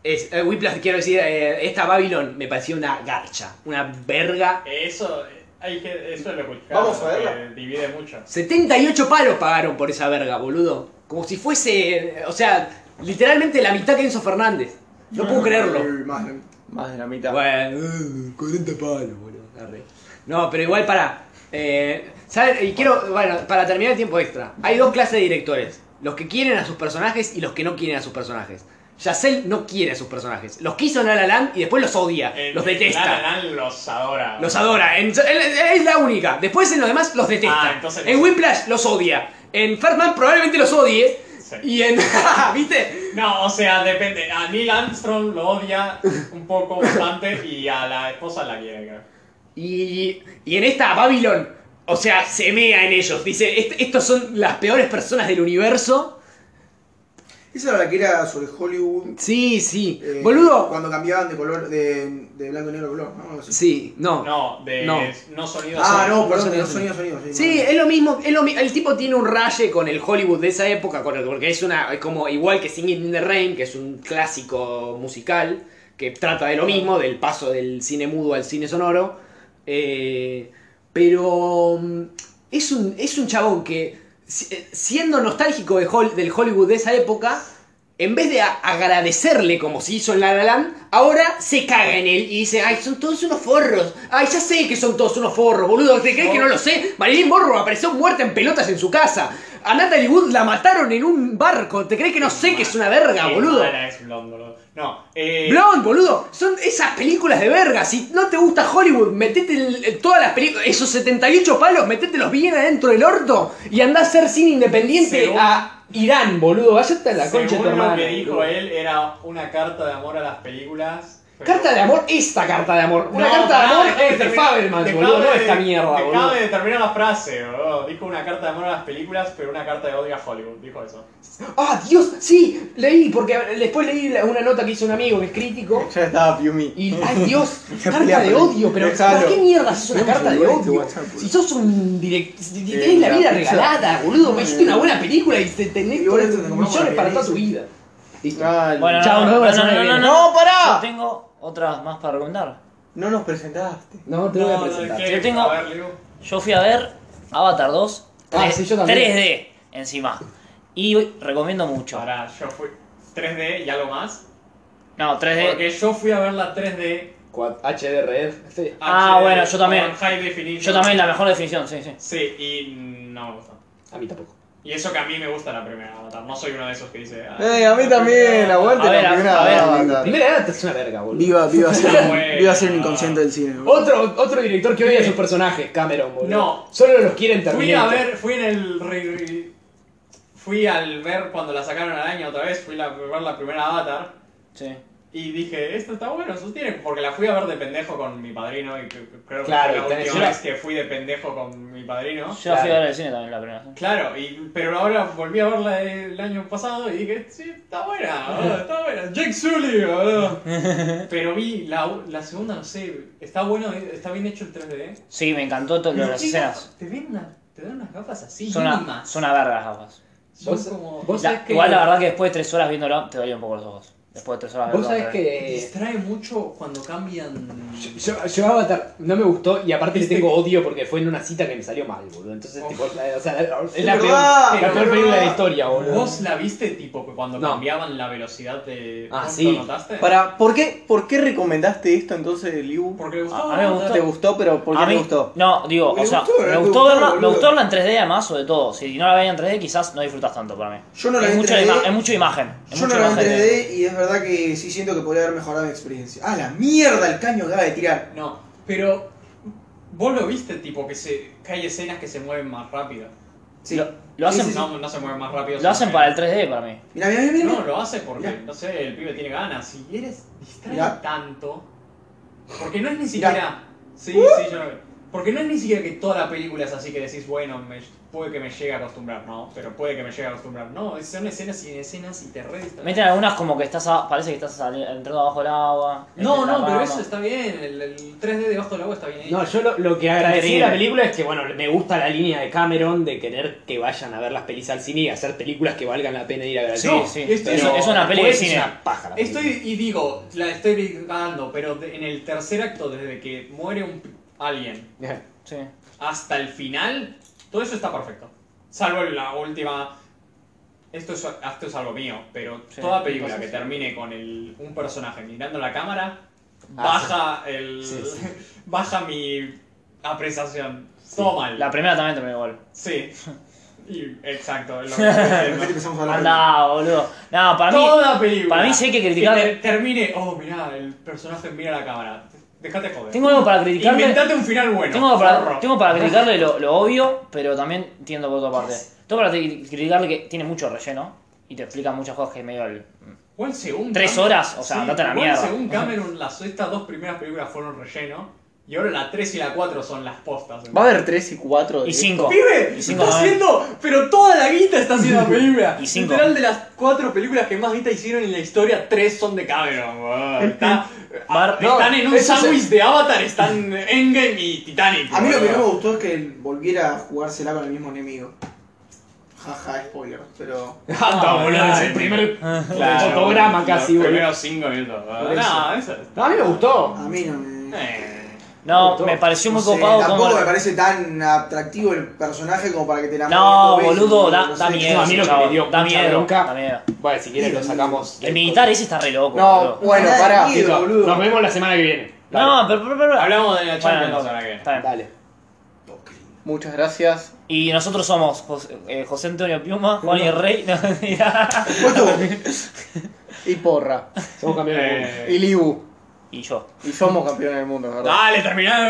S1: Es, eh, Whiplash, quiero decir, eh, esta Babylon me pareció una garcha, una verga.
S5: Eso, eh, hay que, eso es lo que
S6: Vamos a verla.
S5: que Divide mucho.
S1: 78 palos pagaron por esa verga, boludo. Como si fuese, eh, o sea, literalmente la mitad que Enzo Fernández. No puedo creerlo.
S4: Eh, Más,
S6: Más de la mitad.
S1: Bueno, uh, 40 palos, boludo. Arre. No, pero igual para. Eh, ¿saben? Y quiero. Bueno, para terminar el tiempo extra. Hay dos clases de directores: los que quieren a sus personajes y los que no quieren a sus personajes. Yacel no quiere a sus personajes. Los quiso en La La Land y después los odia.
S5: En-
S1: los detesta.
S5: Eh, La La Land los adora.
S1: Los adora. En- en- en- es la única. Después en los demás los detesta.
S5: Ah, entonces-
S1: en Whiplash los odia. En Farman probablemente los odie.
S5: Sí.
S1: Y en. ¿Viste?
S5: No, o sea, depende. A Neil Armstrong lo odia un poco, bastante, y a la esposa la quiere, creo.
S1: Y, y en esta Babylon, o sea, se mea en ellos. Dice, "Est- estos son las peores personas del universo.
S4: Esa era la que era sobre Hollywood.
S1: Sí, sí.
S4: eh,
S1: Boludo.
S4: Cuando cambiaban de color, de, de blanco y negro a color, ¿no? Algo así.
S1: Sí, no.
S5: No, de
S1: No.
S5: no, sonido.
S4: Ah,
S5: sonido.
S4: no, perdón,
S1: sonido,
S4: no sonido, sonido. sonido.
S1: Sí, eh. es lo mismo, es lo mi- el tipo tiene un raye con el Hollywood de esa época, con el- porque es una es como igual que Singing in the Rain, que es un clásico musical que trata de lo mismo, del paso del cine mudo al cine sonoro, Eh, pero mm, es un es un chabón que si- eh, siendo nostálgico de Hol- del Hollywood de esa época en vez de a- agradecerle como se hizo en La La Land, ahora se caga en él y dice, ay, son todos unos forros. Ay, ya sé que son todos unos forros, boludo. ¿Te crees que no lo sé? Marilyn Monroe apareció muerta en pelotas en su casa. A Natalie Wood la mataron en un barco. ¿Te crees que no sé que es una verga,
S5: Qué
S1: boludo?
S5: mala es Blonde, boludo. No, eh.
S1: Blond, boludo. Son esas películas de verga. Si no te gusta Hollywood, metete el- el- todas las películas, esos 78 palos, metételos bien adentro del orto y andá a hacer cine independiente
S5: Según-
S1: a Irán, boludo. Váyate a la concha de tu
S5: según lo
S1: hermana.
S5: que dijo
S1: boludo.
S5: él, era una carta de amor a las películas. pero-
S1: Carta de amor, esta carta de amor. Una
S5: No,
S1: carta de
S5: pará,
S1: amor
S5: dejame
S1: es de
S5: terminar-
S1: Faberman,
S5: dejame
S1: boludo, no
S5: de-
S1: esta mierda,
S5: dejame
S1: boludo.
S5: de terminar la frase, boludo. Dijo una carta de amor a las películas, pero una carta de odio a Hollywood. Dijo eso.
S1: Ah, Dios, sí, leí, porque después leí la- una nota que hizo un amigo que es crítico.
S6: Ya estaba Piumi.
S1: Y, ay Dios, carta
S6: pelea
S1: de
S6: por el-
S1: odio, pero
S6: Déjalo.
S1: ¿para qué mierda es una
S6: No,
S1: carta de
S6: seguro este
S1: odio?
S6: WhatsApp, boludo.
S1: Si sos un direct... Si
S6: Eh,
S1: tenés la
S6: la
S1: vida
S6: pizza.
S1: regalada, boludo, me hiciste una buena película y te tenés
S4: Y bueno, esto te compramos
S1: millones
S4: la
S1: para
S4: pizza.
S1: toda tu vida. Listo.
S6: Dale.
S3: Bueno,
S1: Chao, nos
S3: no,
S1: vemos
S3: no,
S1: la
S3: no,
S1: semana que
S3: no, no,
S1: viene.
S3: no,
S6: ¡No, pará!
S3: Yo tengo otras más para recomendar.
S6: No nos presentaste.
S1: No, te lo voy a
S5: No, no,
S1: presentar.
S5: ¿qué?
S3: Yo tengo-
S5: A ver, Liu.
S3: Yo fui a ver Avatar 2
S1: Ah, sí, yo también.
S3: 3D encima. Y recomiendo mucho.
S5: Pará, yo fui. 3D y algo más.
S3: No, 3D.
S5: Porque yo fui a ver la 3D.
S8: Cuad-
S1: E,
S8: HDRF.
S1: este,
S8: Sí.
S3: Ah,
S5: HD
S3: bueno, yo también.
S5: con High definition.
S3: Yo también, la mejor definición, sí, sí.
S5: Sí, y no me gustó.
S8: A mí tampoco.
S5: Y eso que a mí me gusta la primera Avatar. No soy uno de esos que dice. "Ah,
S6: Eh, a mí también, aguante
S3: A ver,
S6: la
S3: a-
S6: primera
S3: a ver.
S6: banda.
S8: Primera edad es una verga, boludo.
S4: Viva, viva ser,
S5: Bueno.
S4: viva ser un inconsciente del cine. boludo.
S8: Otro, otro director que odia a sus personajes, Cameron, boludo.
S5: No.
S8: Solo los quieren
S5: Fui a
S8: Terminator.
S5: ver, fui en el. re- re- fui al ver cuando la sacaron a araña otra vez, fui la- a ver la primera Avatar.
S3: Sí.
S5: Y dije, esto está bueno, sostiene. Porque la fui a ver de pendejo con mi padrino. Y que- que creo
S8: Claro,
S5: que fue la
S8: tenés
S5: última
S8: una-
S5: vez que fui de pendejo con mi padrino.
S3: Yo la fui a ver al cine también la primera. sí.
S5: Claro, y, pero ahora volví a verla el año pasado y dije, sí, está buena, boludo, está buena. Jake Sully, boludo. Pero vi la, u- la segunda, no sé, está bueno, está bien hecho el 3D.
S3: Sí, me encantó todo lo de las
S5: Pero,
S3: escenas.
S5: Te ven una- te dan unas gafas así,
S3: Son una,
S5: mínimas.
S3: son una verga las gafas.
S5: Son como...
S8: Vos
S3: La-
S8: sabés que-
S3: igual la verdad que después de tres horas viéndolo te dolía un poco los ojos. Después de tres horas de
S8: Vos sabés que.
S5: Distrae mucho cuando cambian.
S8: Yo, yo Avatar no me gustó y aparte le tengo odio porque fue en una cita que me salió mal, boludo. Entonces,
S5: Oh.
S8: tipo, la- o sea, la- es la peor,
S4: verdad,
S8: la
S4: es
S8: peor película de la
S4: verdad.
S8: historia, boludo.
S5: ¿Vos la viste tipo cuando
S8: No.
S5: cambiaban la velocidad de.
S8: Ah,
S5: ¿Lo
S8: sí.
S5: notaste?
S6: Para, ¿por, qué, ¿Por qué recomendaste esto entonces, Liu?
S5: Porque le
S3: A-
S5: gustaba.
S3: a mí me
S6: ¿Te gustó, pero por qué
S3: A mí-
S6: te gustó?
S3: No, digo,
S4: Me
S3: o sea,
S4: gustó,
S3: me
S4: me
S3: gustó
S4: gustó,
S3: verla, me
S4: boludo.
S3: gustó verla en 3D además, sobre todo. Si no la veía en 3D, quizás no disfrutas tanto para mí.
S4: Yo no la
S3: es,
S4: vi en
S3: mucha
S4: 3D.
S3: ima- es mucha imagen. es
S4: Yo no
S3: mucha
S4: la vi en
S3: imagen de-
S4: 3D y es verdad que sí siento que podría haber mejorado mi experiencia. Ah, la mierda, el caño acaba de tirar.
S5: No, pero. Vos lo viste tipo que, se, que hay escenas que se mueven más rápido.
S4: Sí.
S3: Lo, lo hacen,
S5: No, no se mueven más rápido.
S3: lo hacen
S5: sino
S3: para
S5: que-
S3: el 3D para mí.
S4: Mira, mira, mira.
S5: No, lo hace porque,
S4: Mirá.
S5: no sé, el pibe tiene ganas. Si eres distrae
S4: Mirá.
S5: tanto. Porque no es ni
S4: Mirá.
S5: siquiera. Sí, sí, yo lo veo. Porque no es ni siquiera que toda la película es así que decís, bueno, me- puede que me llegue a acostumbrar, no, pero puede que me llegue a acostumbrar. No, es- son escenas y escenas y te re distraen.
S3: Meten algunas como que estás a- parece que estás sali- entrando abajo del agua.
S5: No,
S3: entre la
S5: no, pero
S3: rama.
S5: eso está bien. El, el 3D debajo del agua está bien. hecho.
S8: No, yo lo, lo que agradecí de
S3: Increíble.
S8: la película es que, bueno, me gusta la línea de Cameron de querer que vayan a ver las pelis al cine y hacer películas que valgan la pena ir a ver al
S3: Sí,
S8: cine.
S3: sí.
S5: esto
S3: es,
S8: Pero
S3: es una peli de
S8: después
S3: cine.
S8: Es una paja la película.
S5: Estoy, y digo, la estoy brincando, pero de- en el tercer acto, desde que muere un, pi- alguien
S3: Sí.
S5: hasta el final, todo eso está perfecto. Salvo la última. Esto es, esto es algo mío, pero
S3: Sí,
S5: toda película
S3: entonces-
S5: que termine con el, un personaje mirando la cámara,
S3: Ah,
S5: baja el. baja mi apreciación. Todo mal.
S3: La primera también terminó igual.
S5: Sí. Y- exacto. es lo que
S4: De
S5: estoy
S4: repente
S5: diciendo.
S4: empezamos a hablar.
S3: Anda, boludo. No, para mí.
S5: Toda película.
S3: para mí sí hay que criticar-
S5: ter- termine. Oh, mirá, el personaje mira la cámara. Dejate joder.
S3: Tengo algo para criticarle.
S5: Inventate un final bueno.
S3: Tengo para,
S5: forro.
S3: tengo para criticarle lo, lo obvio, pero también entiendo por otra parte. Tengo para cri- criticarle que tiene mucho relleno y te explica muchas cosas que medio el.
S5: Igual según
S3: Tres
S5: Cameron-
S3: horas, o sea, andate a la
S5: igual
S3: mierda.
S5: Según Cameron, las, estas dos primeras películas fueron relleno. Y ahora la 3 y la 4 son las postas.
S6: ¿Va a haber 3 y 4?
S3: Y 5.
S5: ¡Pibe!
S3: Y cinco
S5: Está
S3: más.
S5: haciendo. Pero toda la guita está haciendo la película.
S3: Y cinco.
S5: Literal de las 4 películas que más guita hicieron en la historia, 3 son de Cameron. weón. Está-
S3: Mar-
S5: a- están en un sándwich de Avatar, están Endgame y Titanic.
S4: A mí lo que no me
S5: weón.
S4: gustó es que volviera a jugársela con el mismo enemigo. Jaja, spoiler, pero.
S8: Ah, boludo, es el primer fotograma casi, boludo.
S5: cinco minutos.
S8: Por
S5: No, eso.
S8: No, a mí me gustó.
S4: A mí no me.
S5: Eh.
S3: No, me pareció
S4: no
S3: muy
S4: sé,
S3: copado
S4: tampoco
S3: como.
S4: me parece tan atractivo el personaje como para que te la
S3: No,
S4: muevan dos veces,
S3: boludo,
S4: no
S3: da,
S4: sé.
S3: da miedo.
S8: a mí lo que
S3: chabón,
S8: me dio
S3: da
S8: mucha
S3: miedo,
S8: bronca-
S3: da miedo.
S8: Bueno, si quieres lo sacamos.
S3: El militar ese está re loco.
S2: No,
S3: boludo.
S2: bueno,
S4: Me da
S2: pará.
S4: miedo,
S8: Listo,
S4: boludo.
S8: Nos vemos la semana que viene. Dale.
S3: No, pero, pero, pero-
S5: Hablamos de la
S3: Bueno,
S5: Champions ahora que.
S3: está bien.
S8: Dale.
S2: Muchas gracias.
S3: Y nosotros somos José, eh, José Antonio Piuma, Juan y Rey. No, mentira.
S2: Y porra.
S5: eh,
S8: Somos campeones. del mundo.
S2: Y Libu.
S3: y yo.
S2: Y somos campeones del mundo, ¿verdad?
S5: Dale, terminado.